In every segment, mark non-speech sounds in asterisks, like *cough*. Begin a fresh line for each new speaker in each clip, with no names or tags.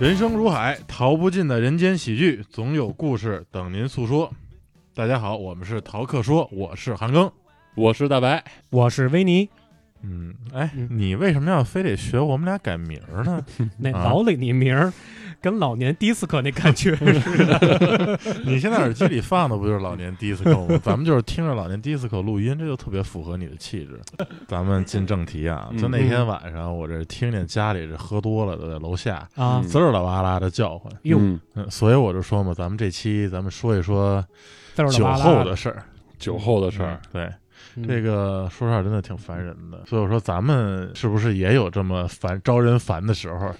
人生如海，逃不尽的人间喜剧，总有故事等您诉说。大家好，我们是逃课说，我是韩庚。
我是大白，
我是维尼，
嗯，哎，
嗯
你为什么要非得学我们俩改名儿呢？ *laughs*
那
啊
老李你名儿跟老年迪斯科那
*laughs*
感觉似的。
你现在耳机里放的不就是老年 disco
*laughs*
吗？咱们就是听着老年 disco 录音，这就特别符合你的气质。咱们进正题啊，
嗯
就那天晚上，我这听见家里这喝多了都在楼下
啊
嗯
滋儿啦哇啦的叫唤，
哟，
嗯
嗯，所以我就说嘛，咱们这期咱们说一说
字儿
酒
哇
后
啦
的事儿。
酒后的事儿，
对，
嗯
这个说实话真的挺烦人的，所以我说咱们是不是也有这么烦招人烦的时候？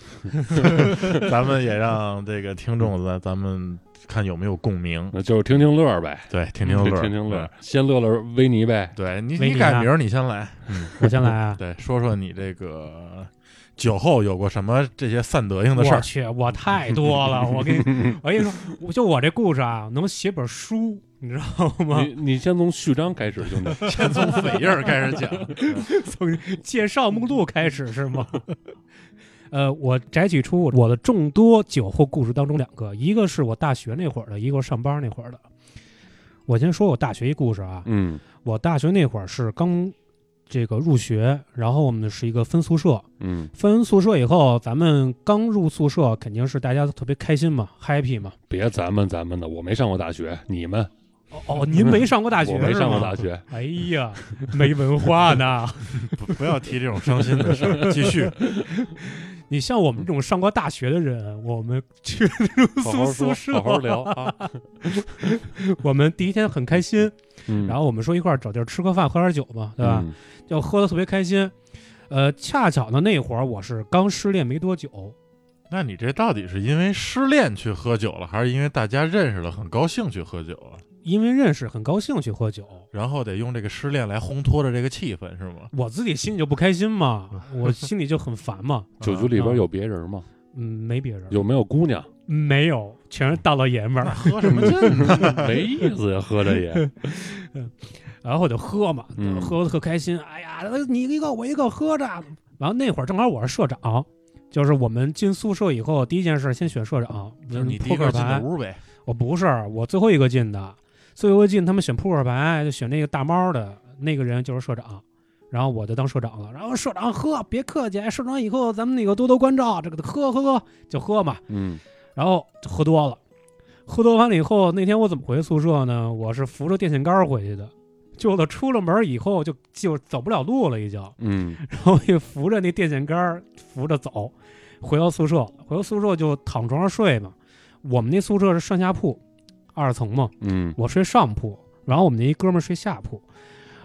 *laughs* 咱们也让这个听众咱咱们看有没有共鸣，
那就是听听乐儿呗，
对，听听乐儿，
嗯听听乐儿，先乐乐维尼呗。
对。对你，
维
你
尼
改
啊
名儿你先来，
我先
*laughs*
来啊！
对，说说你这个酒后有过什么这些散德性的事
我
儿？
去，我太多了，我跟你，我跟你说，我就我这故事啊，能写本书，你知道吗？
你你先从序章开始，兄弟。
先从匪印儿开始
*laughs*
讲，
*laughs* 从介绍目录开始是吗？ *laughs* 呃，我摘取出我的众多酒后故事当中两个，一个是我大学那会儿的，一个是上班那会儿的。我先说我大学一故事啊，
嗯
我大学那会儿是刚这个入学，然后我们是一个分宿舍，
嗯，
分宿舍以后，咱们刚入宿舍肯定是大家都特别开心嘛，happy 嘛。
别咱们咱们的，我没上过大学，你们
哦哦，您没上过大学
嗯我没
是
上过
吗
大学，
哎呀，没文化呢。
不不要提这种伤心的事儿，继续。
*laughs* 你像我们这种上过大学的人，我们去 *laughs* 入
好好
*laughs* 宿宿
说，
舍，
好好聊啊。
我们第一天很开心，
嗯
然后我们说一块儿找地儿吃个饭，喝点酒嘛，对吧？？就喝的特别开心。呃，恰巧呢，那会儿我是刚失恋没多久，
那你这到底是因为失恋去喝酒了，还是因为大家认识了很高兴去喝酒啊？
因为认识很高兴去喝酒，
然后得用这个失恋来烘托着这个气氛，是吗？
我自己心里就不开心 *laughs* 嘛，我心里就很烦嘛。
酒
啊
局里边有别人吗？
嗯，没别人，
有没有姑娘？
没有，全是大老爷 *laughs* 们儿。
喝什么
嗯
劲呢？
没意
*laughs*
思呀，喝着也。
然后我就喝嘛，
嗯
喝的特开心。哎呀，你一个我一个喝着。然后那会儿正好我是社长，就是我们进宿舍以后第一件事先选社长，嗯
就是你第
扑
一
克
个进的
牌。
屋呗。
我不是，我最后一个进的，最后一个进他们选扑克牌就选那个大猫的那个人就是社长。然后我就当社长了，然后社长喝，别客气，哎社长以后咱们那个多多关照，这个喝喝喝就喝嘛，
嗯
然后就喝多了，喝多完了以后，那天我怎么回宿舍呢？我是扶着电线杆儿回去的，就我出了门儿以后就就走不了路了，已经， *laughs*
嗯
然后就扶着那电线杆儿扶着走，回到宿舍，回到宿舍就躺床上睡嘛。我们那宿舍是上下铺，二层嘛，
嗯
我睡上铺，然后我们那一哥们儿睡下铺，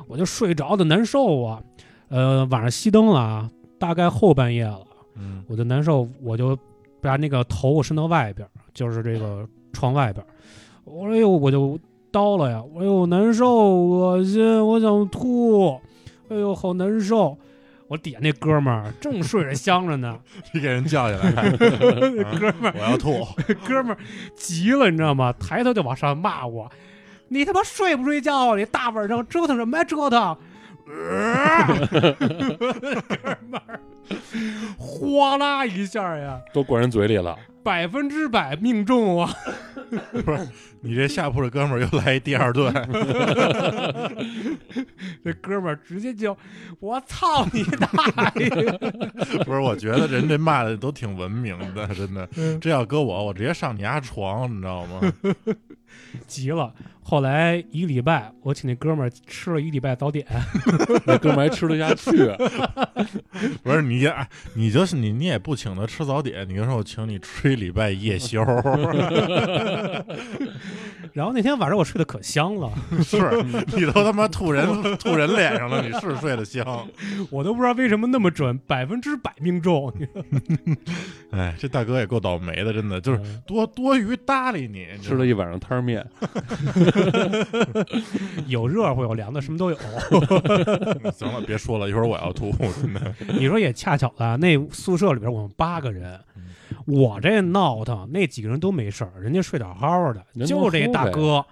我就睡着的难受啊，呃，晚上熄灯了啊，大概后半夜了。
嗯，
我就难受，我就把那个头我伸到外边儿，就是这个窗外边儿。我说哎呦，我就叨了呀！我哎呦难受，恶心，我想吐，哎呦好难受。我底下那哥们儿正睡着香着呢，
你给人叫起
*laughs*
来，啊
哥们儿
我要吐。
哥们儿急了，你知道吗？抬头就往上骂我：“你他妈睡不睡觉啊？你大晚上折腾什么呀？折腾！”呃 *laughs* 哥们儿哗啦一下呀，
都灌人嘴里了。 *laughs*
百分之百命中啊！
你这下铺的哥们儿又来一第二
*laughs*
顿，
这哥们儿直接就，我操你大爷！ *laughs*
不是？我觉得人这骂的都挺文明的，真的。
嗯
这要搁我，我直接上你家床，你知道吗？
急了。后来一个礼拜，我请那哥们儿吃了一礼拜早点， *laughs*
那哥们儿还吃得下去，
不是你也，你就是你，你也不请他吃早点，你就说我请你吃一礼拜夜宵，
然后那天晚上我睡得可香了，
*laughs* 是你都他妈吐人吐人脸上了，你是睡得香。
我都不知道为什么那么准，百分之百命中。 *laughs*
哎，这大哥也够倒霉的，真的就是
嗯
多多余搭理你，你知
吃
道吗
了一晚上摊儿面，
有热乎，有凉的，什么都有。 *laughs*
行了，别说了，一会儿我要吐，真的。
你说也恰巧了，那宿舍里边我们八个人，
嗯
我这闹腾，那几个人都没事儿，人家睡得好好的，
人
就
能
这
喝
大
呗嗯
哥。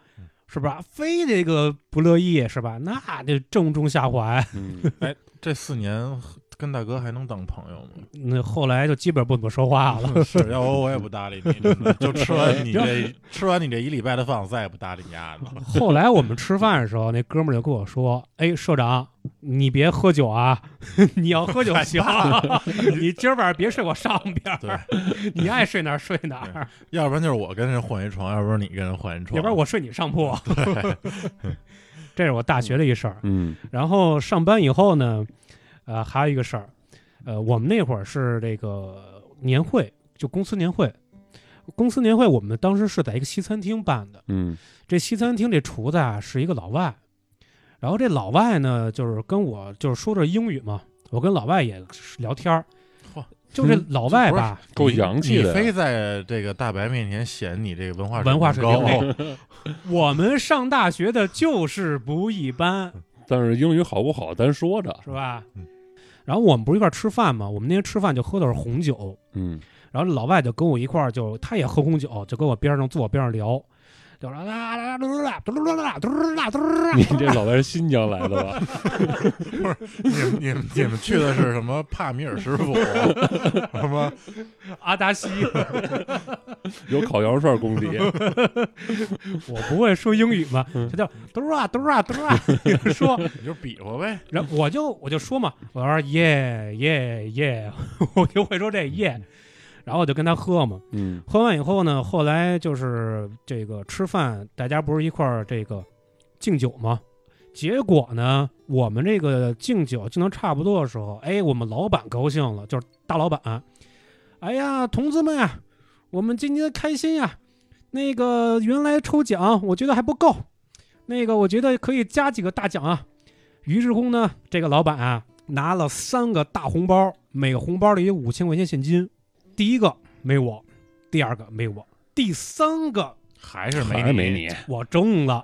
是吧？非这个不乐意是吧？那就正中下怀。 *laughs*
嗯，
*laughs* 这四年跟大哥还能当朋友 *laughs* 吗？
那后来就基本不怎么说话了。
是要我我也不搭理你，真的就吃完你这吃完你这一礼拜的饭，我再也不搭理你丫的了。
*laughs* 后来我们吃饭的时候，那哥们儿就跟我说：“哎，社长，你别喝酒啊， *laughs* 你要喝酒行，啊 *laughs* 你今儿晚上别睡我上边
对
儿， *laughs* 你爱睡哪儿睡哪 *laughs* 儿，
要不然就是我跟人换一床，要不然你跟人换一床，
要不然我睡你上铺。” *laughs* 这是我大学的一事儿。
嗯，
然后上班以后呢，呃，还有一个事儿，呃，我们那会儿是这个年会，就公司年会。公司年会我们当时是在一个西餐厅办的，
嗯，
这西餐厅这厨子啊是一个老外，然后这老外呢就是跟我就是说着英语嘛，我跟老外也聊天儿
嚯，
就这老外吧，
够洋气
你
的，
非在这个大白面前显你这个文化
文化水平
高，
我们上大学的就是不一般，
但是英语好不好咱说着，
是吧
嗯？
然后我们不是一块儿吃饭嘛，我们那天吃饭就喝的是红酒，
嗯，
然后老外就跟我一块儿就他也喝红酒，就跟我边上坐我边上聊，就啦啦啦啦啦嘟啦啦嘟啦啦嘟啦
你
啦，
这老外是新疆来的吧？
你们你们你们去的是什么帕米尔师傅， *laughs* 什么
阿达西， *laughs*
有烤羊肉串功底，
我不会说英语嘛，
嗯
他就嘟啦嘟啦嘟啦说，
你就比划呗。
然后我就我就说嘛，我说耶耶耶， *laughs* 我就会说这耶，然后我就跟他喝嘛，
嗯
喝完以后呢，后来就是这个吃饭，大家不是一块儿这个敬酒吗？结果呢，我们这个敬酒敬到差不多的时候，哎，我们老板高兴了，就是大老板，哎呀，同志们呀，我们今天开心呀，那个原来抽奖我觉得还不够，那个我觉得可以加几个大奖啊。于是乎呢，这个老板啊拿了三个大红包，每个红包里有五千块钱现金，第一个没我。第二个没我，第三个
还是
还
没
是
你
没，你，
我中了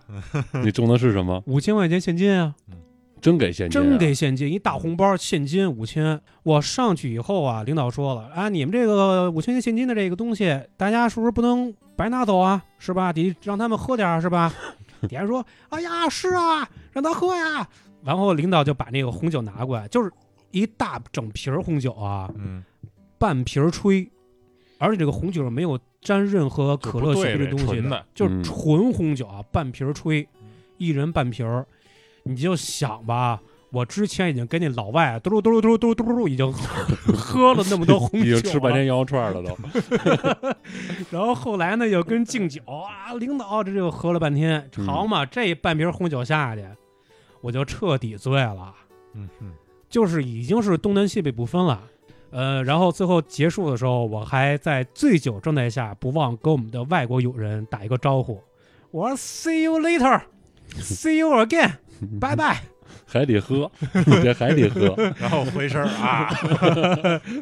你中的是什么？
五千块钱现金啊，
真给现金、啊
真，给现金，一大红包，现金五千。我上去以后啊，领导说了啊，你们这个五千元现金的这个东西，大家是不是不能白拿走啊？是吧？得让他们喝点儿是吧？底下人说，哎呀，是啊，让他喝呀。然后领导就把那个红酒拿过来，就是一大整瓶儿红酒啊，
嗯，
半瓶儿吹，而且这个红酒是没有沾任何
就不
可乐酒
对呗
这东西
纯的
嗯
就是纯红酒啊，半瓶儿吹，一人半瓶儿，你就想吧。我之前已经跟那老外嘟噜嘟噜嘟噜嘟噜嘟噜已经 *laughs* 喝了那么多红
已
酒
经
了，
吃半天羊肉串了都。
然后后来呢，又跟敬酒啊，领导这就喝了半天，
嗯
好嘛，这半瓶红酒下去，我就彻底醉了，
嗯嗯，
就是已经是东南西北不分了。呃，然后最后结束的时候，我还在醉酒状态下，不忘跟我们的外国友人打一个招呼，我说 “See you later, see you again, 拜拜
还得喝，你这还得喝，
然后回身儿 *laughs* 啊，”。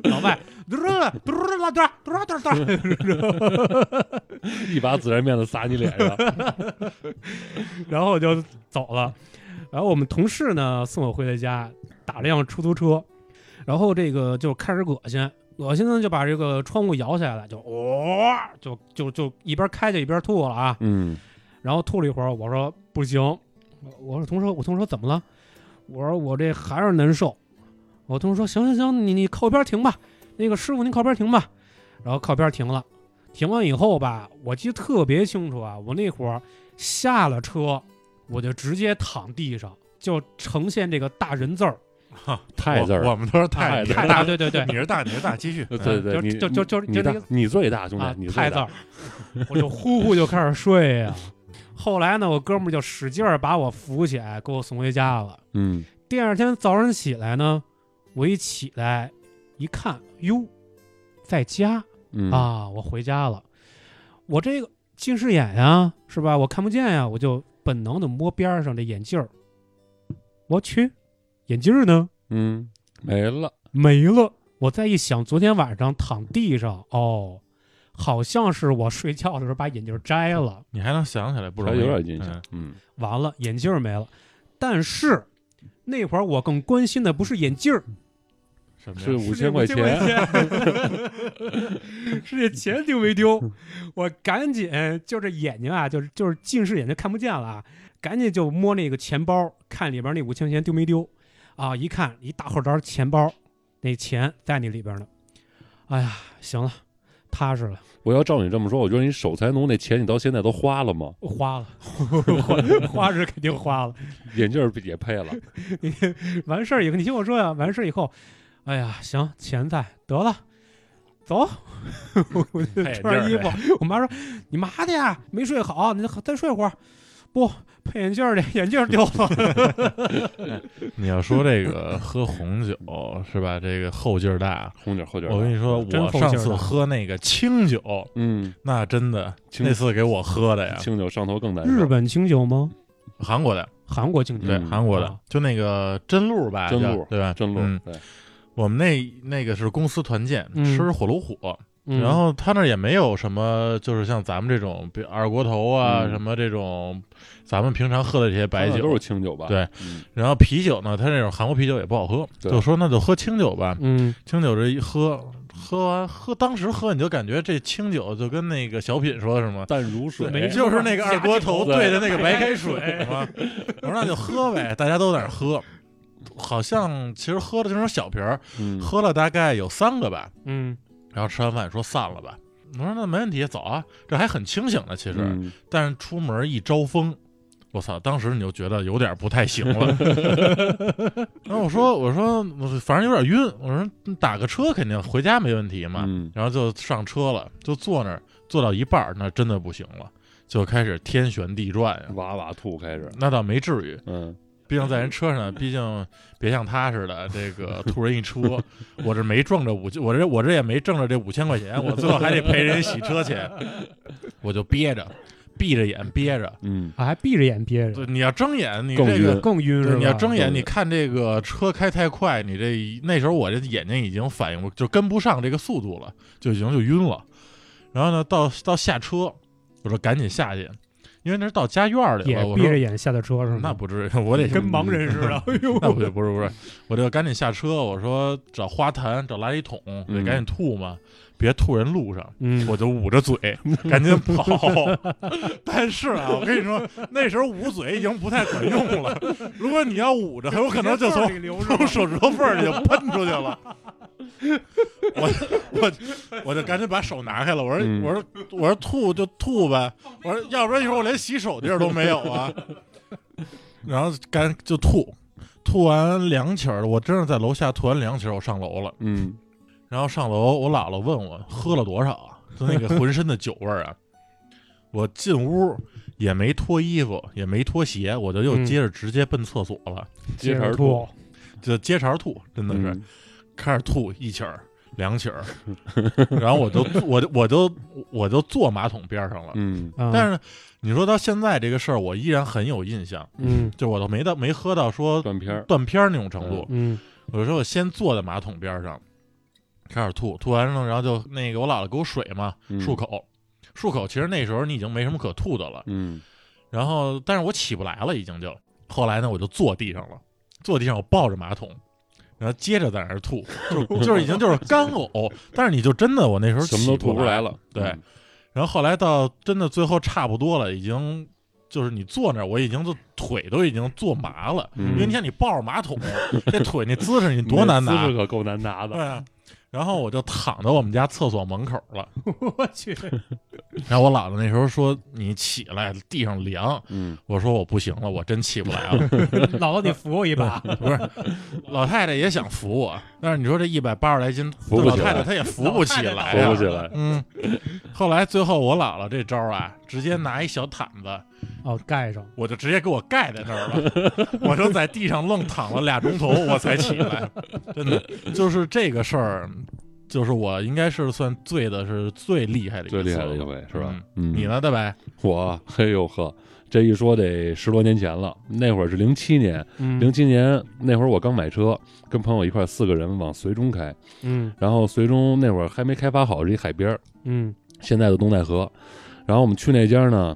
老外，嘟啦嘟啦嘟啦嘟啦嘟啦嘟啦，
一把孜然面子撒你脸上。
然后我就走了。然后我们同事呢送我回的家，打了辆出租车，然后这个就开始恶心，恶心呢就把这个窗户摇下来，就哦，就就就一边开就一边吐了啊。
嗯，
然后吐了一会儿，我说不行，我我说同事，我同事说怎么了？我说我这还是难受。我同事说行行行，你你靠边停吧，那个师傅您靠边停吧。然后靠边停了，停完以后吧，我记得特别清楚啊，我那会儿下了车，我就直接躺地上，就呈现这个大人字儿，哎
太字
我
儿，
我们都是太
太字
你
儿
太
是
大，
大，
对对对
*laughs* 你，是大，你是大，继续。
对对对，
就
你
就就就
你
就
大
那个
你最大，兄弟
啊，，
你最
太字
大
儿，我就呼呼就开始睡呀、后来呢，我哥们儿就使劲儿把我扶起来，给我送回家了。
嗯，
第二天早上起来呢，我一起来一看，哟，在家啊
嗯，
啊，我回家了。我这个近视眼呀，是吧？我看不见呀，我就本能的摸边儿上这眼镜儿。我去，眼镜儿呢？
嗯，没了，
没了。我再一想，昨天晚上躺地上，哦，好像是我睡觉的时候把眼镜摘了，
你还能想起来，不
还
容易。
有点印象
嗯。
嗯，
完了，眼镜儿没了。但是那会儿我更关心的不是眼镜儿，
什么呀
是五千
是这
块
5000
钱，
钱 *laughs* 是这钱丢没丢？我赶紧就这眼睛啊，就是就是近视眼就看不见了啊，赶紧就摸那个钱包，看里边那五千块钱丢没丢啊？一看一大后勺钱包，那钱在那里边呢。哎呀，行了，踏实了，
我要照你这么说，我觉得你守财奴那钱你到现在都花了吗？
花了， *laughs* 花花是肯定花了。
眼镜儿也配了，
完事儿以后，你听我说呀，完事儿以后，哎呀，行，钱在，得了，走，我我就
太
*laughs* 穿
劲
衣
哎儿了
服。我妈说你嘛的呀，没睡好，你再睡会儿。不，配眼镜儿的 *laughs* 眼镜儿丢了。
你要说这个喝红酒是吧？这个后劲儿大。
红点后点。
我跟你说，
真
我
后劲儿
上
大
次喝那个清酒，
嗯，
那真的
清
那次给我喝的呀，
清酒上头更难受。
日本清酒吗？
韩国的，
韩国清酒？
对，
嗯
韩国的
啊，
就那个真露吧，
真
叫
露
对吧？
真露
嗯，
对，
我们那那个是公司团建，
嗯
吃火炉火，
嗯
然后他那儿也没有什么，就是像咱们这种，比如二锅头啊，
嗯
什么这种，咱们平常喝的这些白
它那
酒
都是，清酒吧？
对
嗯，
然后啤酒呢，他那种韩国啤酒也不好喝，
对
就说那就喝清酒吧。
嗯，
清酒这一喝，喝完喝，当时喝你就感觉这清酒就跟那个小品说的什么。
淡如水，
没错
就是那个二锅头
对
兑的那个白开水嘛，我说那就喝呗，大家都在那儿喝，好像其实喝的这种小瓶儿，
嗯
喝了大概有三个吧，
嗯
然后吃完饭说散了吧，我说那没问题，走啊，这还很清醒呢，其实，
嗯
但是出门一招风，我操！当时你就觉得有点不太行
*laughs*
了。然后我说，我说，我反正有点晕。我说打个车肯定回家没问题嘛。
嗯
然后就上车了，就坐那儿，坐到一半儿，那真的不行了，就开始天旋地转呀。
哇哇吐开始，
那倒没至于，
嗯，
毕竟在人车上，毕竟别像他似的，这个突人一车，我这没挣着五千，我这我这也没挣着这五千块钱，我最后还得赔人洗车钱，我就憋着，闭着眼憋着。
嗯，
啊还闭着眼憋着
对，，你要睁眼，你
更
这
晕
个
更晕是
对，
吧？
你要睁眼，
更
你
晕
看这个车开太快，你这一那时候我这眼睛已经反应不就跟不上这个速度了，就已经就晕了。然后呢，到到下车，我说赶紧下去，因为那是到家院儿里
也
了。我
闭着
说
眼下的车是吗？
那不至于，我得
跟盲人似
*laughs*
的。哎呦，
那哦不对，不是不是，我就赶紧下车，我说找花坛，找垃圾桶，得赶紧吐嘛，别吐人路上。
嗯，
我就捂着 *laughs* 嘴，赶紧跑。 *laughs* 但是啊，我跟你说，那时候捂嘴已经不太管用了。如果你要捂着，很有可能就从从手指头缝儿里就喷出去了。我我我就赶紧把手拿开了，我说、
嗯
我说我说吐就吐呗，我说要不然一会儿我连洗手地儿都没有啊。然后赶紧就吐，吐完两起儿，我真是在楼下吐完两起儿，我上楼了。
嗯，
然后上楼，我姥姥问我喝了多少啊，就那个浑身的酒味儿啊。我进屋也没脱衣服，也没脱鞋，我就又
嗯
接着直接奔厕所了，
接
接
茬
着
儿
吐，
就接茬儿吐，真的是、
嗯
开始吐一起儿、两起儿， *laughs* 然后我就我就我就我就坐马桶边上了。
嗯，
但
是
是你说到现在这个事儿，我依然很有印象，
嗯
就我都没到没喝到说
断片儿，
断片儿那种程度，
嗯
我说我先坐在马桶边上，开始吐，吐完了，然后就那个我姥姥给我水嘛，
嗯
漱，口，漱口。其实那时候你已经没什么可吐的了，
嗯，
然后但是我起不来了，已经就。后来呢，我就坐地上了，坐地上我抱着马桶，然后接着在那儿吐，就就是已经就是干呕，但是你就真的我那时候
什么都
起
吐
不
不来。了，
对
嗯，
然后后来到真的最后差不多了，已经就是你坐那儿，我已经就腿都已经坐麻了，
嗯
因为你看你抱着马
*laughs*
桶，这腿那姿势你多难拿，
你的姿势可够难拿
对
的，
啊，然后我就躺到我们家厕所门口了。
*laughs* 我去，
然后我姥姥那时候说：“你起来，地上凉。
嗯”
我说：“我不行了，我真起不来了。
姥姥你扶我一把。”
*laughs* 不是，老太太也想扶我，但是你说这一百八十来斤，
扶不
老
起
太
来
太她也扶不起来、
扶
啊，
不起来，
嗯，后来最后我姥姥这招啊，直接拿一小毯子，
哦，盖上。
我就直接给我盖在那儿了， *laughs* 我就在地上愣躺了俩钟头，我才起来。真的，就是这个事儿，就是我应该是算醉的是最厉害的一
最
次
厉害的一
了
回是吧？
嗯
嗯，
你呢，大白？
我，嘿呦呵，这一说得十多年前了，那会儿是零七年，零
嗯
七年那会儿我刚买车，跟朋友一块儿四个人往绥中开，
嗯
然后绥中那会儿还没开发好，是一海边儿，
嗯
现在的东戴河，然后我们去那家呢。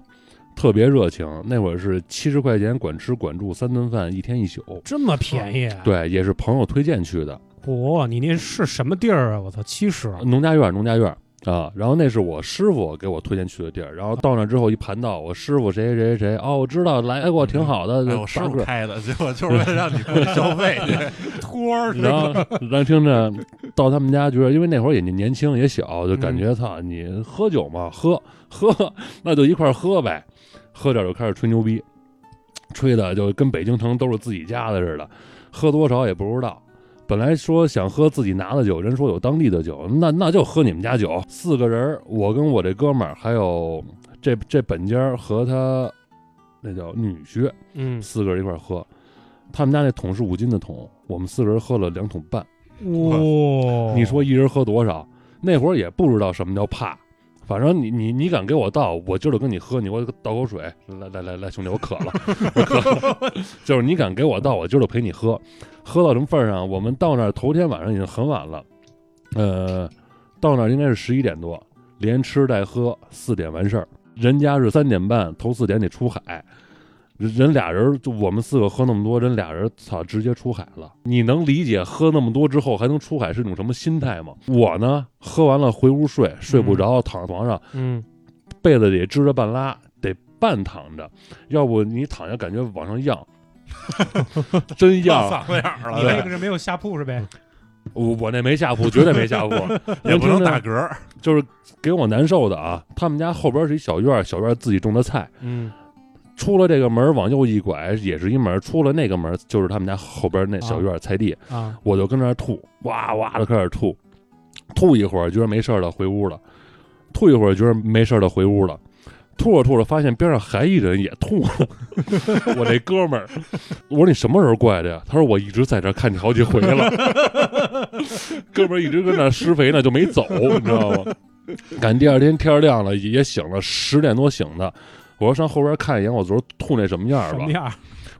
特别热情，那会儿是七十块钱管吃管住三顿饭，一天一宿。
这么便宜？，啊
对，也是朋友推荐去的，
嚯，你那是什么地儿啊？我操，七十，
嗯
农家院，农家院啊。然后那是我师傅给我推荐去的地儿，然后到那之后一盘道，我师傅谁谁谁谁，哦，我知道，来过挺好的，
哎，我师
嗯大个
傅
儿
开的，结 *laughs* 果就是为了让你过去消费
*laughs*
去。
托儿
然后，然后听着到他们家，觉得因为那会儿也年轻也小，就感觉操，你喝酒嘛，喝喝，那就一块儿喝呗，喝点儿就开始吹牛逼，吹的就跟北京城都是自己家的似的，喝多少也不知道。本来说想喝自己拿的酒，人说有当地的酒，那那就喝你们家酒。四个人儿，我跟我这哥们儿，还有这这本家儿和他那叫女婿，
嗯，
四个人一块儿喝。他们家那桶是五斤的桶，我们四个人喝了两桶半。
哇，
你说一人喝多少？那会儿也不知道什么叫怕，反正你你你敢给我倒，我今儿就跟你喝，你给我倒口水。来来来来，兄弟，我渴了，我渴了。 *laughs* 就是你敢给我倒，我今儿就陪你喝。喝到什么份儿上？我们到那儿头天晚上已经很晚了，呃，到那儿应该是十一点多，连吃带喝，四点完事儿。人家是三点半，头四点得出海。人人俩人就我们四个喝那么多，人俩人操直接出海了。你能理解喝那么多之后还能出海是一种什么心态吗？我呢，喝完了回屋睡，睡不着，躺床上，
嗯
被子得支着半拉，得半躺着，要不你躺下感觉往上漾，
*laughs*
真漾。 *laughs*
嗓子眼儿
你
了，对
那个是没有下铺是呗？
我我那没下铺，绝对没 *laughs* 下铺，
也不能
人听着
打 *laughs* 嗝。
就是给我难受的啊！他们家后边是一小院儿，小院儿自己种的菜，
嗯，
出了这个门儿往右一拐也是一门儿，出了那个门儿就是他们家后边那小院儿菜地，
啊，
我就跟那儿吐，哇哇的开始吐，吐一会儿觉得没事儿了，回屋了，吐一会儿觉得没事儿了，回屋了。吐着吐着，发现边上还一人也吐了。 *laughs* 我这哥们儿，我说你什么时候过来的呀？他说我一直在这儿看你好几回了。 *laughs* 哥们儿一直跟那儿施肥呢，就没走，你知道吗？赶第二天天儿亮了，也也醒了，十点多醒的。我说上后边看一眼，我昨儿吐那什么样儿
什
吧
么？样儿？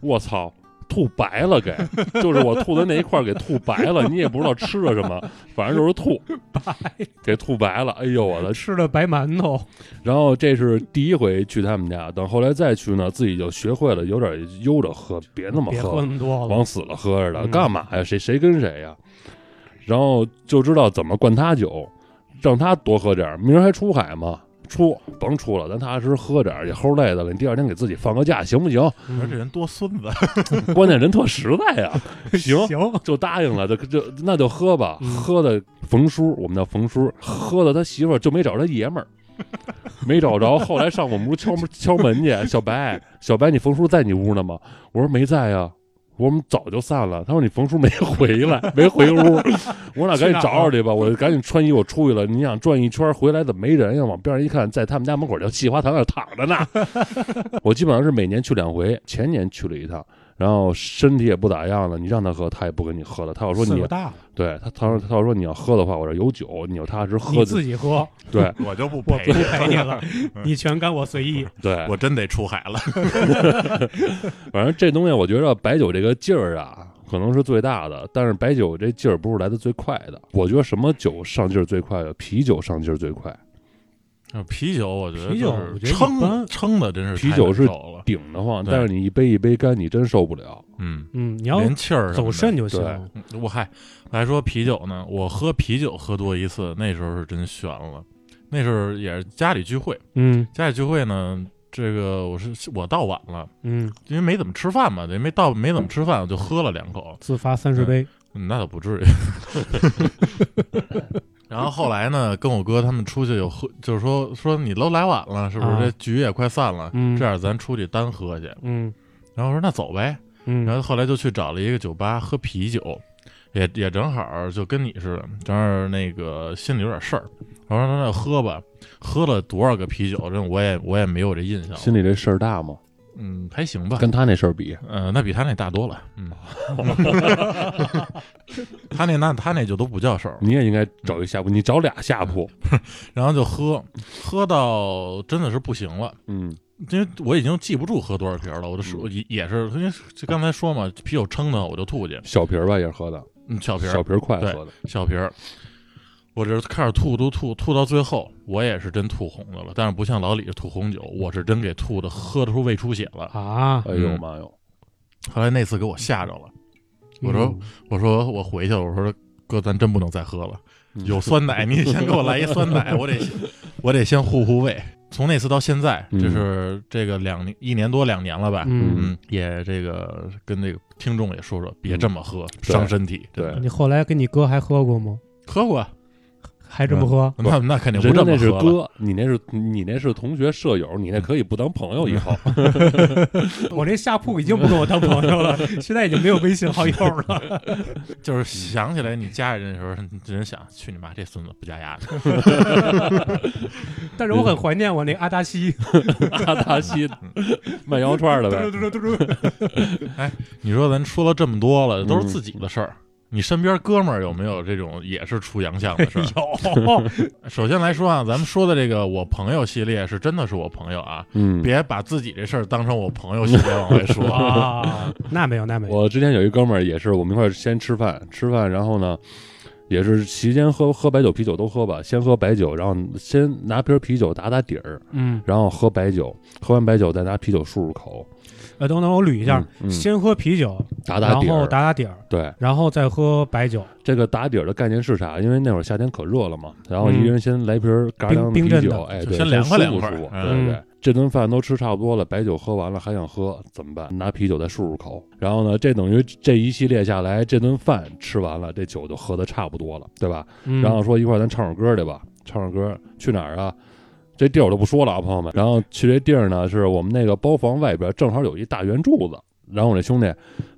我操，吐白了
*laughs*
给，就是我吐的那一块儿给吐白了，你也不知道吃了什么，反正就是吐，给吐白了。哎呦我的！
吃的白馒头，
然后这是第一回去他们家，等后来再去呢，自己就学会了，有点悠着喝，别那么
别
喝
喝那么多了。
往死了喝着的，
嗯
干嘛呀？谁谁跟谁呀？然后就知道怎么灌他酒，让他多喝点儿。明儿还出海嘛，出甭出了，咱踏踏实实喝点儿，也齁累的了。你第二天给自己放个假行不行？
而且
嗯
人多孙子，
关键人特实在呀，行。
行，
*laughs* 就答应了，就就那就喝吧，
嗯
喝的冯叔，我们叫冯叔，喝的他媳妇儿就没找着他爷们儿，没找着。后来上我们屋敲门敲门去，小白，小白，你冯叔在你屋呢吗？我说没在呀、我说我们早就散了。他说你冯叔没回来，没回屋。我说那赶紧找找去吧，我就赶紧穿衣服出去了。你想转一圈回来怎么没人呀？往边上一看，在他们家门口叫细花堂那儿躺着呢。我基本上是每年去两回，前年去了一趟，然后身体也不咋样了，你让他喝他也不跟你喝了，他要说
岁
你
数大了，
对他他说他要说你要喝的话，我这有酒，你就踏实喝
你
的。
自己喝，
对
*laughs* 我就不
我
陪嗯
不
你，
陪
*laughs*
你了，你全干我随意。
对， *laughs*
我真得出海了。
反正这东西我觉得白酒这个劲儿啊，可能是最大的，但是白酒这劲儿不是来的最快的。我觉得什么酒上劲儿最快的？啤酒上劲儿最快，
啊啤酒我觉得
啤酒
就是
我觉得一
撑
般
撑的真是
啤
太
酒
难
是
受了，
顶得慌，
对
但是你一杯一杯干，你真受不了。
嗯，
嗯，你要
连气儿什么
走
的
肾就行。
对
嗯我嗨，我还说啤酒呢，我喝啤酒喝多一次，那时候是真悬了。那时候也是家里聚会，
嗯
家里聚会呢，这个我是我到晚了，
嗯，
因为没怎么吃饭嘛，也没到没怎么吃饭，我就喝了两口，
自发三十杯，
嗯那倒不至于。
*laughs*
然后后来呢，跟我哥他们出去有喝，就是说说你都来晚了，是不是？
啊
这局也快散了，
嗯
这样咱出去单喝去。
嗯
然后我说那走呗，然
嗯
后后来就去找了一个酒吧喝啤酒，也也正好就跟你似的，正好那个心里有点事儿，我说那喝吧，喝了多少个啤酒，这我也我也没有这印象了，
心里这事儿大吗？
嗯，还行吧。
跟他那事儿比，
呃，那比他那大多了。
*laughs*
嗯， *laughs* 他那那他那就都不叫事儿了，
你也应该找一下铺，你找俩下铺，
然后就喝，喝到真的是不行了，
嗯，
因为我已经记不住喝多少瓶了，我的手也也是，因为就刚才说嘛，啤酒撑的我就吐去，
小瓶儿吧也是喝的，
嗯，小瓶儿
小瓶儿快
对
喝的，
小瓶儿，我这开始吐吐吐吐到最后，我也是真吐红的了，但是不像老李是吐红酒，我是真给吐的喝得出胃出血了。
啊，
哎呦
嗯
妈哟，
后来那次给我吓着了，我说
嗯
我说我回去了，我说哥，咱真不能再喝了。*laughs*
嗯
有酸奶，你先给我来一酸奶，我得我得先护护胃。从那次到现在，
嗯
这是这个两年一年多两年了吧？
嗯，
嗯，也这个跟这个听众也说说，别这么喝，
嗯对
伤身体。
对
真的
你后来跟你哥还喝过吗？
喝过，啊
还这么喝？
那那肯定不
*laughs* 人家
这么
那是
喝了。
哥，你那是你那是同学舍友，你那可以不当朋友以
*laughs*
后，
嗯
我这下铺已经不跟我当朋
*laughs*
友了，现在已经没有微信好友了。
嗯
就是想起来你家人的时候，人想去你妈这孙子不加牙的。 *laughs*
但是我很怀念我那阿达西，
阿达西
*laughs*
卖羊肉串儿的呗，
嘟嘟嘟嘟嘟
你说咱说了这么多了，都是
嗯
自己的事儿。你身边哥们儿有没有这种也是出洋相
*laughs*
的事儿？
有，
首先来说啊，咱们说的这个我朋友系列是真的是我朋友啊，
嗯，
别把自己这事儿当成我朋友系列往外说
*laughs*
啊。
啊， *laughs* 那没有，那没有，
我之前有一哥们儿也是，我们一块儿先吃饭，吃饭，然后呢，也是席间喝喝白酒、啤酒都喝吧，先喝白酒，然后先拿瓶啤酒打打底儿，
嗯，
然后喝白酒，喝完白酒再拿啤酒漱漱口，
呃，等等，我捋一下，
嗯嗯
先喝啤酒，
打
然
打底
后
儿。
打打底儿，
对，
然后再喝白酒，
这个打底儿的概念是啥？因为那会儿夏天可热了嘛，然后
嗯
一人先来瓶儿嘎凉
冰冰
啤
镇
酒，
的
哎，
就
对，
先凉快
舒服
凉快
舒服
嗯
对对对。这顿饭都吃差不多了，白酒喝完了还想喝怎么办？拿啤酒再漱漱口，然后呢，这等于这一系列下来，这顿饭吃完了，这酒就喝的差不多了，对吧？
嗯
然后说一块儿咱唱首歌去吧，唱首歌去哪儿啊？这地儿我就不说了啊，朋友们。然后去这地儿呢，是我们那个包房外边正好有一大圆柱子。然后我这兄弟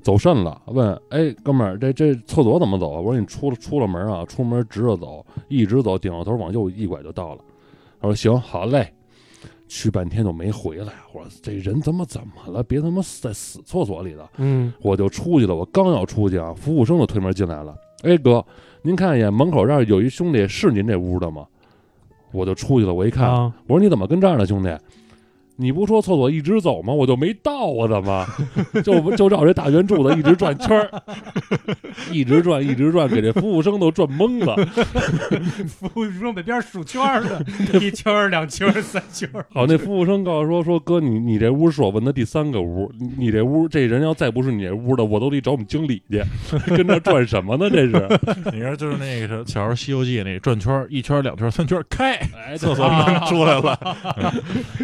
走肾了，问：“哎，哥们儿，这这厕所怎么走啊？”我说：“你出了出了门啊，出门直着走，一直走，顶着头往右一拐就到了。”他说：“行，好嘞。”去半天就没回来，我说这人怎么怎么了？别他妈在死厕所里了。
嗯，
我就出去了。我刚要出去啊，服务生就推门进来了。哎哥，您看一眼门口这儿有一兄弟，是您这屋的吗？我就出去了。我一看，
啊，
我说你怎么跟这儿呢，兄弟？你不说厕所一直走吗？我就没到啊，怎么 *laughs* 就就绕这大圆柱子一直转圈儿，一直转一直转，给这服务生都转懵了。
服务生北边数圈儿
*laughs*
的，一圈儿、两圈儿、三圈儿，
好，那服务生告诉说说哥，你你这屋是我问的第三个屋，你你这屋这人要再不是你这屋的，我都得找我们经理去，跟这儿转什么呢？
*laughs*
这是。
你说就是那个小时候《西游记》那转圈儿一圈儿两圈儿三圈儿开，*laughs*
哎，
厕所门出来 *laughs* 了，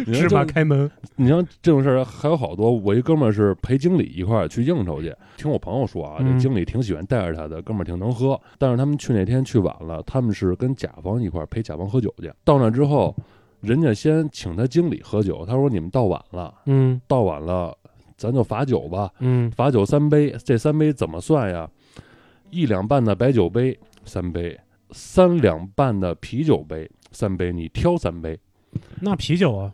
你
芝
像
麻
这
开门，
你像这种事儿还有好多。我一哥们儿是陪经理一块儿去应酬去，听我朋友说啊，
嗯
这经理挺喜欢带着他的，哥们儿挺能喝。但是他们去那天去晚了，他们是跟甲方一块儿陪甲方喝酒去。到那之后，人家先请他经理喝酒，他说你们到晚了，
嗯
到晚了咱就罚酒吧，
嗯，
罚酒三杯，这三杯怎么算呀？一两半的白酒杯三杯，三两半的啤酒杯三杯，你挑三杯，
那啤酒啊，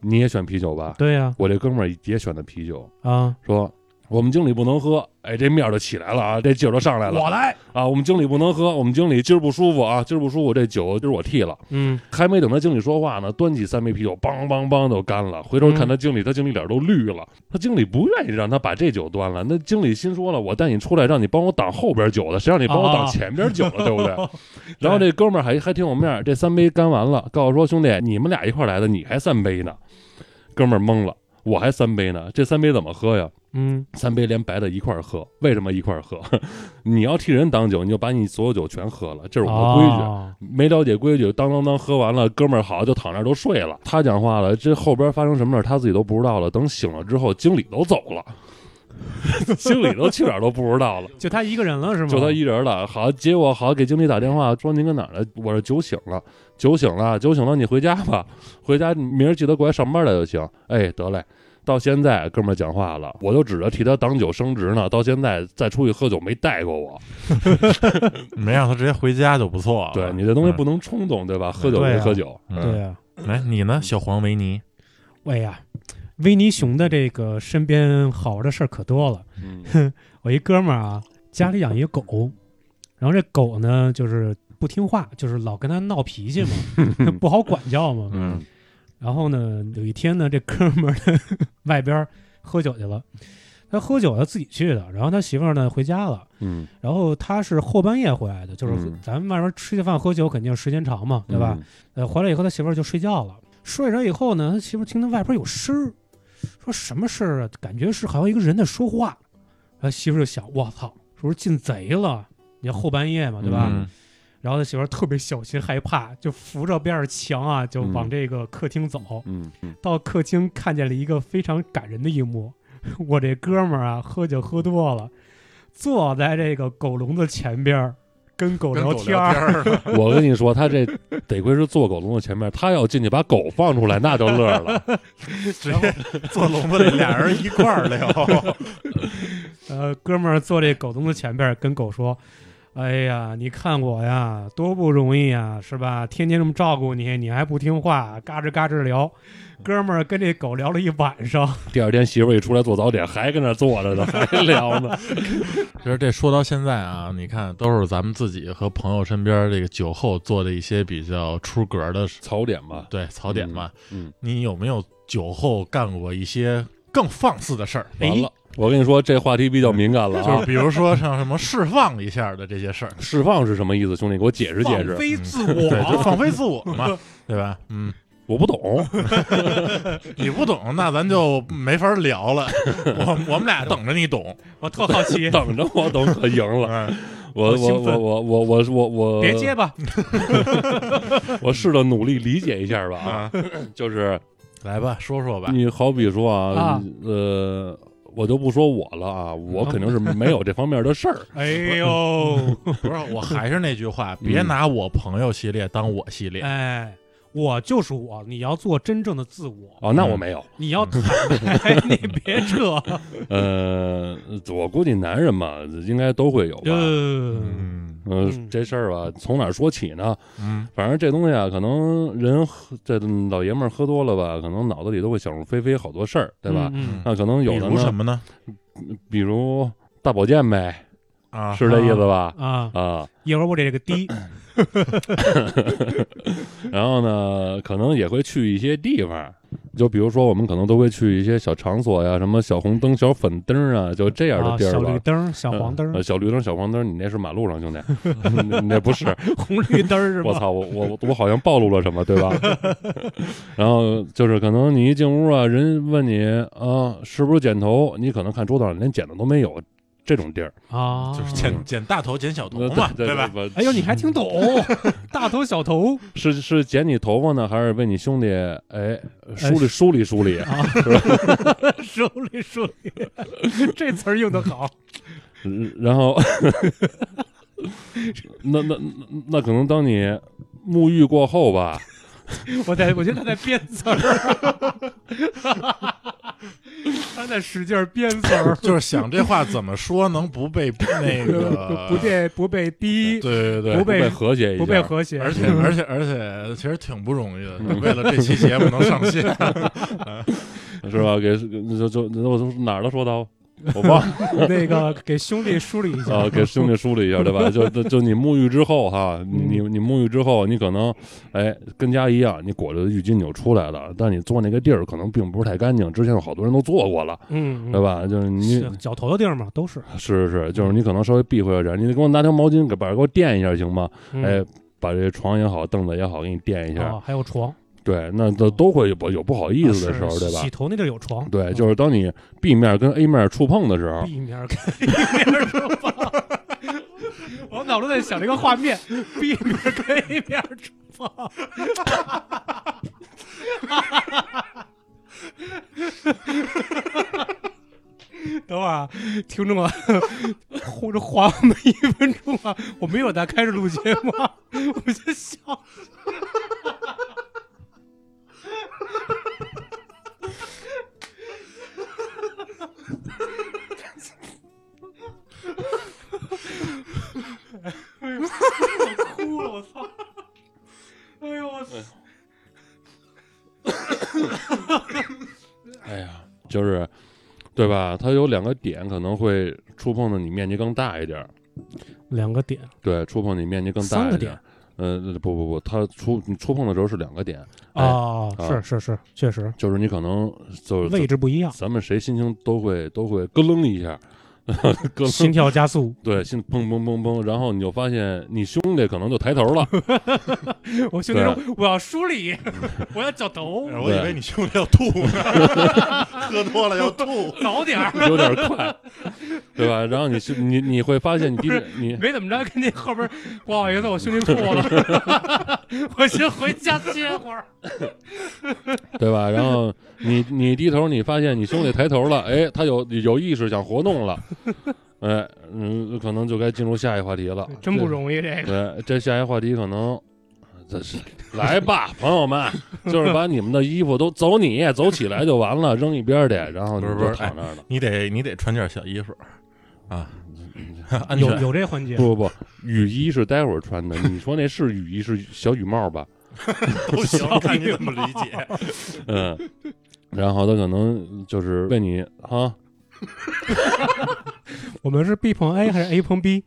你也选啤酒吧？
对呀，
我这哥们儿也选的啤酒，
啊，
说我们经理不能喝，哎，这面儿就起来了啊，这劲儿就上来了
来，
啊，我们经理不能喝，我们经理今儿不舒服啊，今儿不舒服，这酒今儿我替了。
嗯
还没等他经理说话呢，端起三杯啤酒，梆梆梆就干了。回头看他经理，他经理脸都绿了。他经理不愿意让他把这酒端了，那经理心说了，我带你出来让你帮我挡后边酒的，谁让你帮我挡前边酒了，对不对？然后这哥们儿还还挺有面儿，这三杯干完了，告诉说兄弟，你们俩一块儿来的，你还三杯呢。哥们儿懵了，我还三杯呢，这三杯怎么喝呀？
嗯
三杯连白的一块儿喝，为什么一块儿喝？ *laughs* 你要替人挡酒，你就把你所有酒全喝了，这是我们的规矩。啊
哦
没了解规矩，当当当喝完了，哥们儿好就躺那儿都睡了。他讲话了，这后边发生什么事儿他自己都不知道了。等醒了之后，经理都走了， *laughs* 经理都去哪儿都不知道了，
就他一个人 *laughs* 了是吗？
就他一人了。好，结果好给经理打电话说您搁哪儿呢？我这酒醒了，酒醒了，酒醒了，你回家吧，回家明儿记得过来上班来就行。哎，得嘞。到现在，哥们儿讲话了，我就指着替他挡酒升职呢。到现在再出去喝酒没带过
啊
我，
没让他直接回家就不错了。
对你这东西不能冲动，对吧？喝酒
嗯 *laughs* 对
归
啊
喝酒，
嗯
对呀，
嗯来，你呢，小黄维尼？
哎呀，维尼熊的这个身边好玩的事儿可多了。
嗯
我一哥们儿啊，家里养一个狗，然后这狗呢就是不听话，就是老跟他闹脾
*laughs*
气嘛，不好管教嘛。
嗯
然后呢，有一天呢，这哥们儿呢 *laughs* 外边儿喝酒去了，他喝酒他自己去的，然后他媳妇儿呢回家了，
嗯，
然后他是后半夜回来的，就是
嗯
咱们外边吃个饭喝酒肯定时间长嘛，对吧？？呃，回来以后他媳妇儿就睡觉了，睡着以后呢，他媳妇儿听到外边有声儿，说什么声儿啊？感觉是好像一个人在说话，然后媳妇儿就想，我操，是不是进贼了？你后半夜嘛，对吧？
嗯
然后他媳妇儿特别小心害怕，就扶着边上墙啊，就往
嗯
这个客厅走。
嗯嗯
到客厅看见了一个非常感人的一幕，我这哥们儿啊，喝酒喝多了，坐在这个狗笼子前边儿，跟狗
跟狗
聊
聊
天儿。
儿，
嗯我跟你说，他这得亏是坐狗笼子前面，他要进去把狗放出来，那就乐
*laughs*
了。
直接
*laughs*
坐笼子里俩人一块儿聊，
呃，哥们儿坐这狗笼子前边儿跟狗说：“哎呀，你看我呀，多不容易呀，是吧？天天这么照顾你，你还不听话，嘎吱嘎吱聊。”哥们儿跟这狗聊了一晚上，
第二天媳妇儿一出来做早点，还跟那坐着呢，还聊
*laughs*
呢。
*laughs* 其实这说到现在啊，你看都是咱们自己和朋友身边这个酒后做的一些比较出格的事
槽点吧，
对槽点嘛。
嗯，
你有没有酒后干过一些更放肆的事儿？
哎
完了，我跟你说，这话题比较敏感了
就是
啊。
比如说像什么释放一下的这些事儿，
释放是什么意思，兄弟？给我解释解
放
释。嗯
飞自
嗯 *laughs* 对，就
我。
放飞自我嘛，对吧？嗯，
我不懂，
你不懂，那咱就没法聊 *laughs* 了。我我们俩等着你懂。
*laughs* 我特好
*laughs*
奇，
等着我懂可赢了。
嗯，
我
好
我
兴奋
我我我我我我
别结巴。
我试着努力理解一下吧啊，
啊，
*laughs*
就是
来吧，说说吧。
你好比说啊
啊，
呃，我就不说我了啊，我肯定是没有这方面的事儿。
哎呦，
不是，我还是那句话，别
嗯
拿我朋友系列当我系列。
哎，我就是我，你要做真正的自我，
哦，那
嗯
我没有。
你要
*laughs*
坦白，你别扯。
呃，我估计男人嘛，应该都会有吧。
呃，
嗯
嗯，
嗯
这事儿吧，从哪儿说起呢？
嗯
反正这东西啊，可能人喝这老爷们儿喝多了吧，可能脑子里都会想入非非好多事儿，对吧？
嗯，
那可能有
比
的
如什
呢，
么呢？
比如大保健呗，
啊，
是这意思吧？
嗯啊，
啊，
一会儿我这个低，
然后呢，可能也会去一些地方，就比如说我们可能都会去一些小场所呀，什么小红灯、小粉灯啊，就这样的
啊，
地
小
儿
绿
吧。
灯儿、小黄灯
呃，
儿、
小绿灯、小黄灯，你那是马路上，兄弟， *laughs* 你那不是。
红绿灯儿是
我
吧？
操，我我我好像暴露了什么，对吧？ *laughs* 然后就是可能你一进屋啊，人问你啊，是不是剪头？你可能看桌子上连剪的都没有，这种地儿，
啊，
就是剪剪大头剪小头嘛，
对
吧？？
哎呦，你还挺 *laughs* 懂，大头小头
是是剪你头发呢，还是为你兄弟哎梳理梳理梳理？
呃啊，手里手里， *laughs* 这词儿用的好，
嗯然
*laughs*
后，那那那那可能当你沐浴过后吧，
我在我觉得他在编词儿，他在使劲儿编词儿，
就是想这话怎么说能不被那个 *laughs*
不被不被低，
呃对对对，
不被
被和谐一下，
不被和谐，
而且而且而且其实挺不容易的，为了这期节目能上线，
是
嗯
吧？给就就我从哪儿都说到，啊我忘了。
*laughs* *laughs* 那个给兄弟梳理一
*laughs*
下
啊，给兄弟梳理一下，对吧？就就就你沐浴之后哈，你你
嗯
你沐浴之后，你可能哎跟家一样，你裹着浴巾你就出来了，但你坐那个地儿可能并不是太干净，之前有好多人都坐过了，
嗯，
对吧？就是你
是啊嗯脚头的地儿嘛，都是，
是是，就是你可能稍微避讳一下，你得给我拿条毛巾给把给我垫一下行吗？
嗯
哎，，把这床也好，凳子也好，给你垫一下
啊，。还有床，
对，那都都会有有不好意思的时候，
哦啊是
对吧
洗？头那地儿有床，
对，就是当你 B 面跟 A 面触碰的时候，
B 面儿跟 A 面儿厨房， *laughs* 我脑中在想这个画面，B 面儿跟 A 面儿厨房。 *laughs* 等会儿啊，听众啊，或者还我们一分钟啊！我没有在开始录节目啊，我就笑。哭了，我操！哎呦我操！
哎呀，就是，对吧？它有两个点可能会触碰的你面积更大一点儿，
两个点，
对，触碰你面积更大
三
一
个
点
点
儿。呃，不不不，它触你触碰的时候是两个点，哎
啊，
啊
是是是，确实
就是你可能就是
位置不一样，
咱们谁心情都会都会咯楞一
*laughs*
下，咯
心
楞，
跳加速。
对，心砰砰砰砰，然后你就发现你兄弟可能就抬头了，
我兄
对
弟说我要梳理， *laughs* 我要绞头，
*laughs* 我以为你兄弟要吐呢， *laughs* 喝多了要吐。
早点儿，
有点快，对吧？然后你是你你会发现你第一你
没怎么着，跟那后边儿不好意思，我兄弟吐了， *laughs* 我先回家歇会儿。
*laughs*
对吧？然后你你低头，你发现你兄弟抬头了，哎，他有有意识想活动了，哎，嗯，可能就该进入下一话题了。
真不容易，这
易。
个
对，这下一话题可能这是来吧，朋友们，就是把你们的衣服都走你走起来就完了，扔一边儿去，然后你
不是
就
不是
躺那儿了。
*laughs* 你得你得穿件小衣服啊，安
有
全。
有这环节，
不不不，雨衣是待会儿穿的，你说那是雨衣是小雨帽吧？
都行，看你怎么理解。 *laughs*
嗯，然后他可能就是为你啊，
我们是 B 碰 A 还是 A 碰 B，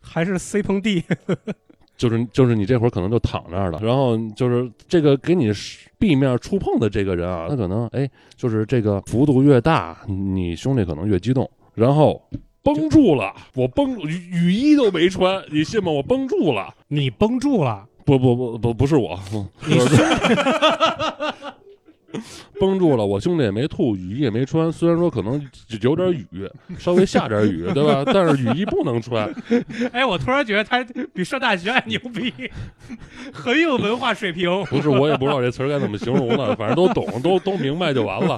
还是 C 碰 D？
就是就是你这会儿可能就躺那儿了，然后就是这个给你地面触碰的这个人啊，他可能哎，就是这个幅度越大，你兄弟可能越激动，然后绷住了，我绷雨雨衣都没穿，你信吗？我绷住了，
你绷住了，
不不不不不是我，不是绷住了，我兄弟也没吐，雨衣也没穿，虽然说可能有点雨，稍微下点雨，对吧？但是雨衣不能穿，
*laughs* 哎，我突然觉得他比上大学还牛逼， *laughs* 很有文化水平。
不是，我也不知道这词儿该怎么形容了，反正都懂，都都明白就完
*laughs*
了。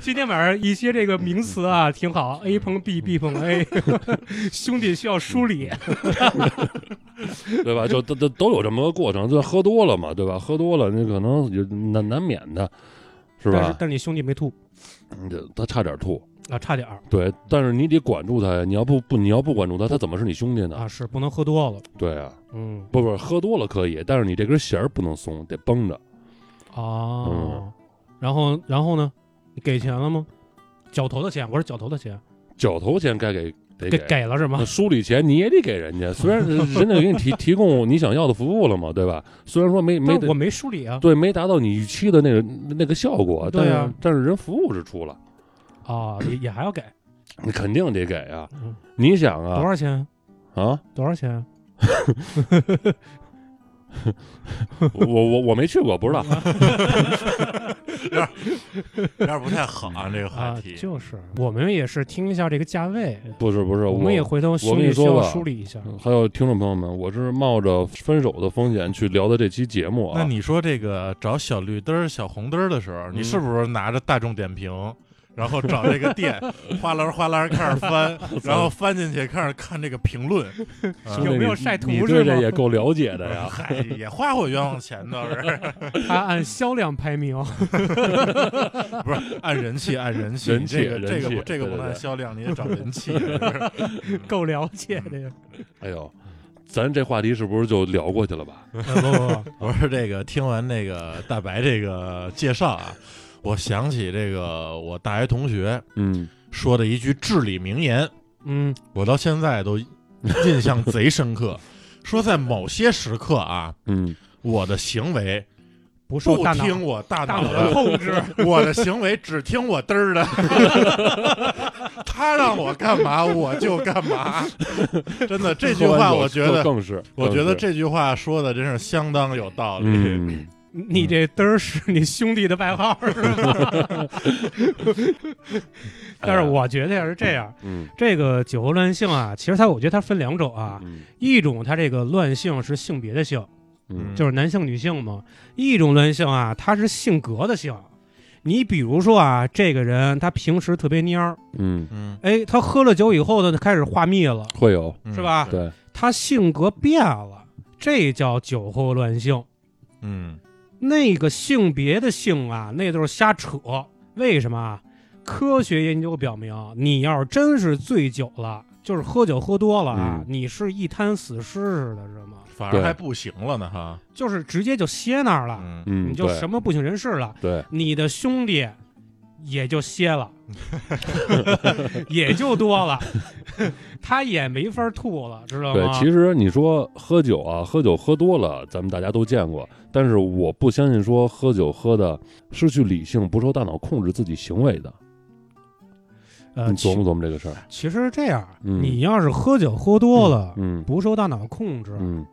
今天晚上一些这个名词啊，挺好，A 碰 B，B 碰 A，兄弟需要梳理。
对吧？就都都都有这么个过程，就喝多了嘛，对吧？喝多了那可能也难难免的，是
但是
吧？
但是你兄弟没吐
嗯这他差点吐，
啊，差点儿
对，但是你得管住他呀，你要不不你要不管住他，他怎么是你兄弟呢？
啊，是不能喝多了。
对啊，
嗯
不不，喝多了可以，但是你这根弦儿不能松，得绷着。嗯
哦，然后然后呢？你给钱了吗？绞头的钱，我是绞头的钱，
绞头钱该给得
给
给
给了是吗
那？梳理钱你也得给人家，虽然 *laughs* 人家给你提提供你想要的服务了嘛，对吧？虽然说没没
但我没梳理啊。
对没达到你预期的那个那个效果，但
对
是、
啊
但是人服务是出了，
啊，也也还要给
你肯定得给啊！
嗯
你想啊
多，少钱？
啊，
多少钱？
我我我没去过，不
*laughs*
知道。
有点不太好啊，这个话
啊
题，。
就是我们也是听一下这个价位，
不是不是，
我们也回头
我
兄
跟你
弟需
说
要
吧嗯
梳理一下。
还有听众朋友们，我是冒着分手的风险去聊的这期节目
那
啊。
你说这个找小绿灯儿、小红灯儿的时候，你
嗯
是不是拿着大众点评，然后找这个 *laughs* 店，哗啦哗啦开始 *laughs* 翻，然后翻进去开始看这个评论，
兄弟
有没有
啊你
晒图
你
是
对这
吗
也够了解的
啊
呀。
*laughs* 嗨，也花我冤枉钱倒是，
他按销量排名，
不是按人气，按人气，
人
你
气
这个
人
这个
气
不这个
对
不
对
按
对
销量，你得找人
*laughs*
*laughs*
气，是不是
够了解的。
哎呦，咱这话题是不是就聊过去了吧？
不不不，
*laughs* 我是这个听完那个大白这个介绍啊，我想起这个我大学同学
嗯，
说的一句至理名言，
嗯，
我到现在都印象贼深刻。说在某些时刻啊，
嗯，
我的行为
不受
不
大脑
听我大
大
脑
脑的
的，
控制。
*laughs* 我的行为只听我嘚儿的。 *laughs* 他让我干 *laughs* 嘛我就干嘛， *laughs* 真的这句话我觉得，
更是，
我觉得
更是
这句话说的真是相当有道理。
嗯，
你这嘚儿是你兄弟的外号是
*laughs*
吗？但是我觉得要是这样，
嗯
这个酒后乱性啊，其实它我觉得它分两种啊，
嗯
一种它这个乱性是性别的性，
嗯
就是男性女性嘛；一种乱性啊，它是性格的性。你比如说啊，这个人他平时特别蔫儿，
嗯，
嗯，
哎，他喝了酒以后呢，他开始话密了，
会有
嗯
是吧
对，
他性格变了，这叫酒后乱性。
嗯
那个性别的性啊，那都是瞎扯。啊为什么啊？科学研究表明，你要是真是醉酒了，就是喝酒喝多了啊
嗯，
你是一滩死尸似的，是吗？
反
对
而还不行了呢哈，
就是直接就歇那儿了，
嗯，
嗯，
你就
对
什么不省人事了，
对，
你的兄弟也就
*laughs*
歇了，也就多了，他也没法吐了，知道
对，
吗？
其实你说喝酒啊，喝酒喝多了，咱们大家都见过，但是我不相信说喝酒喝的失去理性、不受大脑控制自己行为的。
呃，
你琢
其
磨琢磨这个事儿。
其实这样，
嗯
你要是喝酒喝多了，
嗯
不受大脑控制，啊
嗯，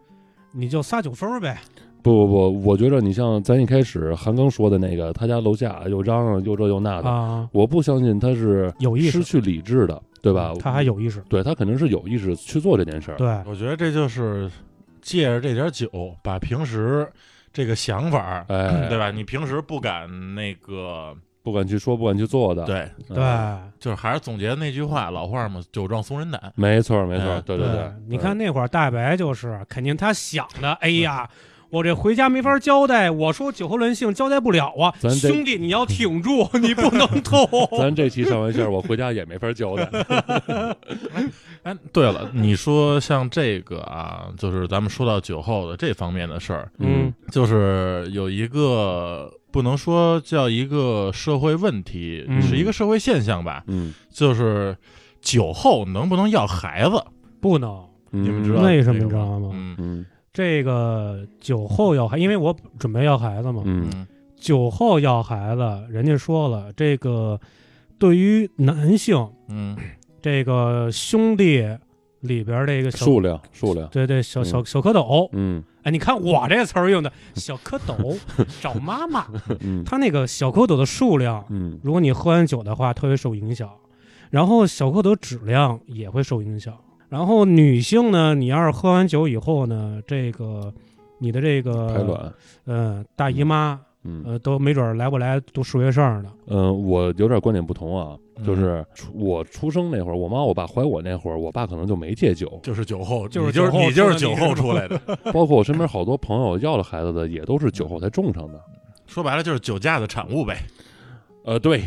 你就撒酒疯儿呗。
不不不，我觉着你像咱一开始韩庚说的那个，他家楼下又嚷嚷又这又那的，
啊，
我不相信他是
有意识嗯
失去理智的，对吧？
他还有意识，
对他肯定是有意识去做这件事儿。
对，
我觉得这就是借着这点酒，把平时这个想法儿，
哎，
对吧？你平时不敢那个，
不敢去说，不敢去做的。
对，
嗯，
对，
就是还是总结那句话，老话嘛，酒壮怂人胆。
没错儿没错儿，
哎
对
对
对，
你看那会儿大白就是，肯定他想的，哎呀。
嗯
我这回家没法交代，我说酒后乱性交代不了啊，
咱这
兄弟你要挺住， *laughs* 你不能
*laughs*
吐。
咱这期上完线儿，我回家也没法交代。
哎，对了，你说像这个啊，就是咱们说到酒后的这方面的事儿，
嗯
就是有一个不能说叫一个社会问题，
嗯
是一个社会现象吧，
嗯，
就是酒后能不能要孩子？
不能，
你
你们知道
为什么
这个
你知道吗
嗯
嗯
这个酒后要孩，因为我准备要孩子嘛，
嗯
嗯
酒后要孩子，人家说了，这个对于男性
嗯，
这个兄弟里边儿这个小
数量数量，
对对小
嗯
小小蝌蚪，
嗯
哎，你看我这词儿用的小蝌蚪找妈
*laughs*
妈，
嗯
他那个小蝌蚪的数量，
嗯
如果你喝完酒的话，特别受影响，然后小蝌蚪质量也会受影响。然后女性呢，你要是喝完酒以后呢，这个你的这个
排卵，
嗯，大姨妈，
嗯
呃，都没准儿来不来读数学上呢。
嗯，我有点观点不同啊，
嗯，
就是出我出生那会儿，我妈我爸怀我那会儿，我爸可能就没戒酒
就是酒后，
就是
你就是
酒后
你就是
出
酒
的
后出
*laughs*
来的，
包括我身边好多朋友要了孩子的，也都是酒后才种上的。
说白了就是酒驾的产物呗。
呃，对，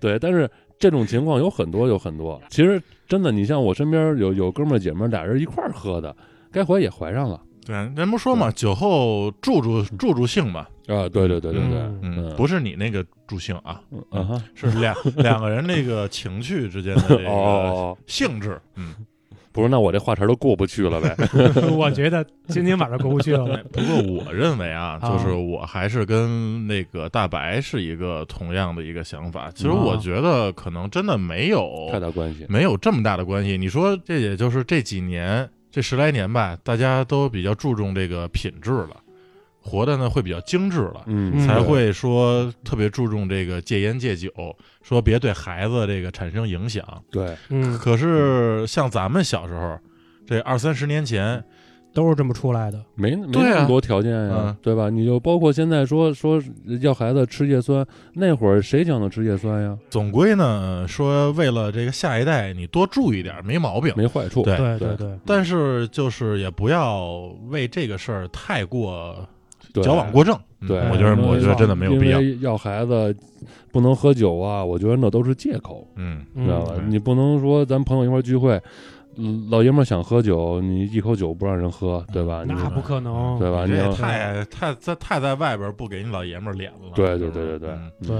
对，但是这种情况有很多，有很多。其实真的，你像我身边有有哥们儿姐们儿俩人一块儿喝的，该怀也怀上了
对，人不说嘛，酒后助助助助兴嘛，
啊！对对对对对，
嗯
嗯
嗯，
不是你那个助兴啊，
嗯啊哈，
是
*laughs*
两两个人那个情趣之间的这
哦
个
哦，哦
性质，嗯。
不是，那我这话茬儿都过不去了呗？
嗯 *laughs* 我觉得今天晚上过
*laughs*
不去了。
不过我认为啊，
啊
就是我还是跟那个大白是一个同样的一个想法。其实
嗯啊
我觉得可能真的没有
*laughs* 太大关系。
没有这么大的关系。你说这也就是这几年这十来年吧，大家都比较注重这个品质了，活的呢会比较精致了。
嗯，
嗯
才
对
会说特别注重这个戒烟戒酒，说别对孩子这个产生影响。
对，
嗯，
可是像咱们小时候，这二三十年前，
都是这么出来的。
没没
对啊
那么多条件呀、
嗯
对吧？你就包括现在说说要孩子吃叶酸，那会儿谁讲的吃叶酸呀？
总归呢说为了这个下一代，你多注意点，没毛病。
没坏处，
对
对
对
对，
但是就是也不要为这个事儿太过
对
矫枉过正。嗯
对，
我觉得
因为
我觉得真的没有必要
因。为要孩子不能喝酒啊，我觉得那都是借口，
嗯，
知道
嗯，
吧？
对
你不能说咱朋友一块儿聚会，嗯老爷们儿想喝酒，你一口酒不让人喝，对
嗯
吧？你
那不可能。
哦对吧？
你
你
这
要
也太太在太在外边不给你老爷们儿脸了。
对对对对对
嗯，
对，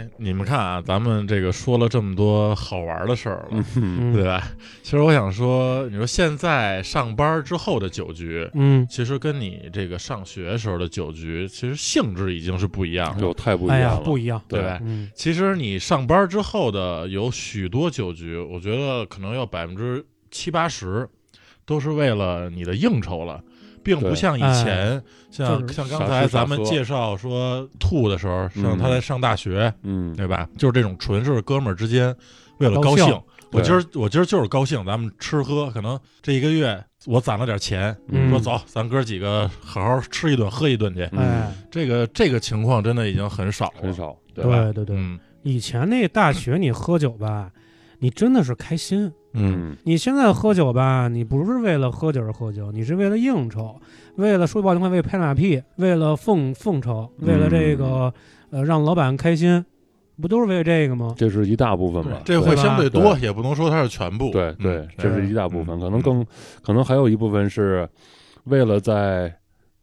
哎，你们看啊，咱们这个说了这么多好玩的事儿了，
嗯，
对吧？其实我想说，你说现在上班之后的酒局，
嗯，
其实跟你这个上学时候的酒局，其实性质已经是不一样了，
有太不一
哎
样
呀
了，，
不一样。
对吧？
嗯，
其实你上班之后的有许多酒局，我觉得可能有百分之七八十都是为了你的应酬了。并不
对
像以前，像、
哎就是
像刚
少
才
吃少
咱们
喝
介绍说吐的时候，像
嗯
他在上大学，
嗯，
对吧？就是这种纯是哥们儿之间为了
高
高
兴
兴。我
对
今儿我今儿就是高兴，咱们吃喝，可能这一个月我攒了点钱，
嗯
说走，咱哥几个好好吃一顿喝一顿去。
嗯
哎，
这个这个情况真的已经很少了，
很。少，对吧？
对对对，
嗯
以前那大学你喝酒吧，你真的是开心。
嗯，
你现在喝酒吧，你不是为了喝酒而喝酒，你是为了应酬，为了说不好听话，为
嗯
拍马屁，为了奉奉承，为了这个、呃让老板开心，不都是为这个吗？
这是一大部分吧。
这
对
会
吧
相对多，也不能说它是全部。
对
嗯
对，这是一大部分，
嗯
可能更可能还有一部分是为了在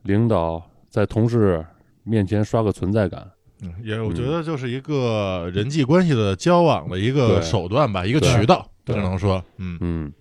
领导在同事面前刷个存在感。
嗯也我觉得就是一个人际关系的交往的一个
对
手段吧，一个
对
渠道，只
对
能说，嗯，
嗯，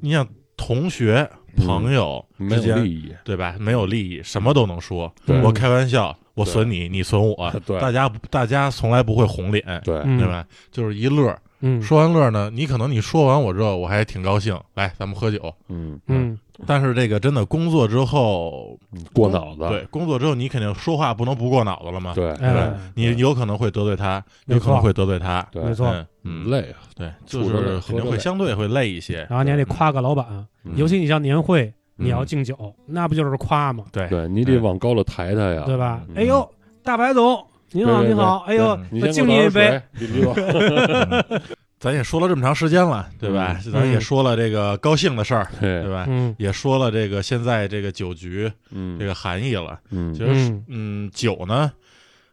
你想同学、
嗯
朋友
没
之
有
间，
利益。
对吧？没有利益，什么都能说。
对
我开玩笑，我
对
损你，你损我，
对
大家大家从来不会红脸，
对，
嗯
对吧？就是一乐，
嗯
说完乐呢，你可能你说完我之后，我还挺高兴，来咱们喝酒。
嗯
嗯
但是这个真的工作之后，
过脑子。
对工作之后，你肯定说话不能不过脑子了嘛，
对
对吧
哎？
你有可能会得罪他，
没
有可能
错
会得罪他，
对
没错
嗯嗯，
累啊。
对，就
处着
是
累
肯
喝
定会
着累
相对会累一些。
然后你还得夸个老板，
嗯
尤其你像年会，你要
嗯
敬酒，那不就是夸吗？ *laughs*
对
嗯对你得往高了抬抬呀，
对吧？
嗯
哎呦，大白总，您好，
对对
您好，哎
对
呦
嗯，
你
我
先
敬
给
你
我
一
倒点
杯。
水，李李总
嗯咱也说了这么长时间了，对吧？咱也
嗯
说了这个高兴的事儿，对
嘿，
吧？
嗯
也说了这个现在这个酒局
嗯，
这个含义了。
嗯
其实
嗯，
嗯，酒呢，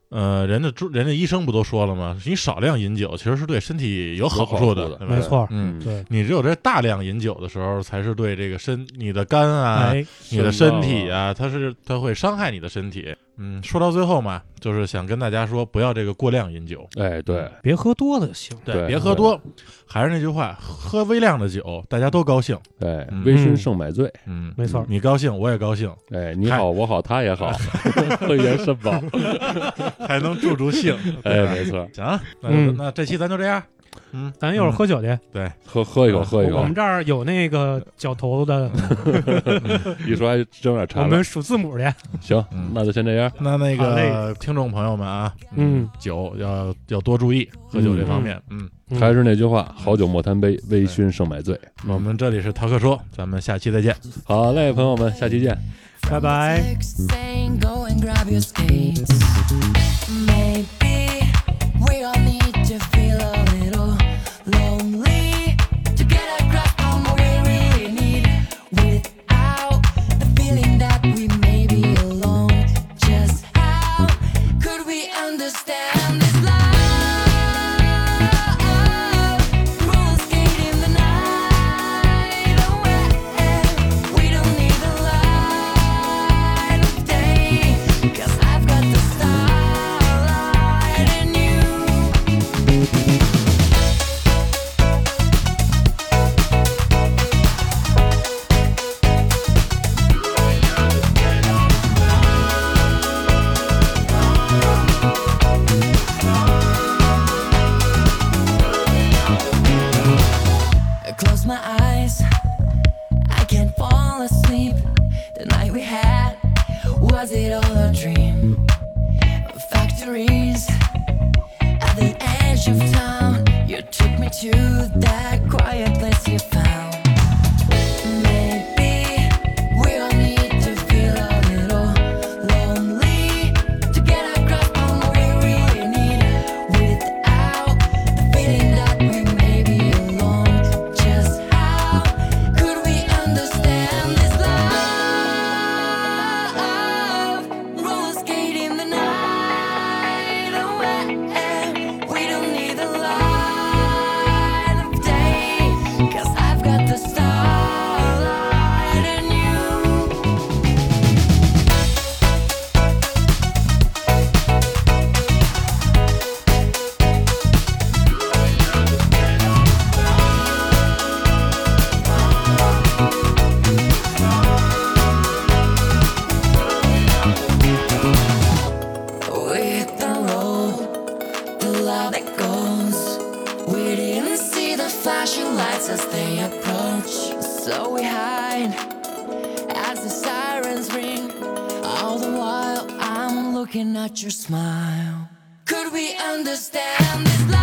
呃，人家中人家医生不都说了吗？你少量饮酒其实是对身体有好
好
处
处
的，
的
对吧
没错，
嗯，
对，
你只有这大量饮酒的时候，才是对这个身你的肝啊、
哎，
你的身体啊，它是它会伤害你的身体。嗯，说到最后嘛，就是想跟大家说，不要这个过量饮酒。
哎，对，
别喝多了就行。
对
别喝
对
多。还是那句话，喝微量的酒，大家都高兴。
哎，
嗯
微醺胜买醉，
嗯，
没错，
你高兴，我也高兴，
哎，你好，我好，他也
*laughs*
好，会员肾宝，
还能 *laughs* 助助兴。
哎
对，吧
没错，
行啊，那
嗯
那这期咱就这样。嗯，
咱一会儿
嗯
喝酒去，
对，
喝喝一口，喝一
我
口
们，这儿有那个脚头的，
一说还真有点
我
馋了
们。数字母去。
行
嗯，
那就先这样，
那那
好
个
嘞
听众朋友们啊，
嗯，
酒要要多注意，喝酒这方面，嗯，
嗯
还是那句话，好酒莫贪杯，微醺胜买醉。
我们这里是逃课说，咱们下期再见。
好嘞，朋友们，下期见。
拜拜。
Text saying go and grab your skates. Maybe we all need to feel a little lonely to get a grasp on what we really need. Without the feeling that we may be alone, just how could we understand this love? Roller skating the night away. We don't need a light. Cause I've got the starlight in you I close my eyes. I can't fall asleep. The night we had, was it all a dream? Factories at the edge of town. You took me to that quiet place you found. Maybe we all need to feel a little lonely to get a grasp on what we really need. Without the feeling that we may be alone, just how could we understand this love? Roller skating the night away. We don't need the light of day, 'cause I've got the starlight in you. With the roll, the love that goes. We didn't see the flashing lights as they approach, so we hide as the sirens ring. All the while, I'm looking at your smile. Could we understand this? love? Oh,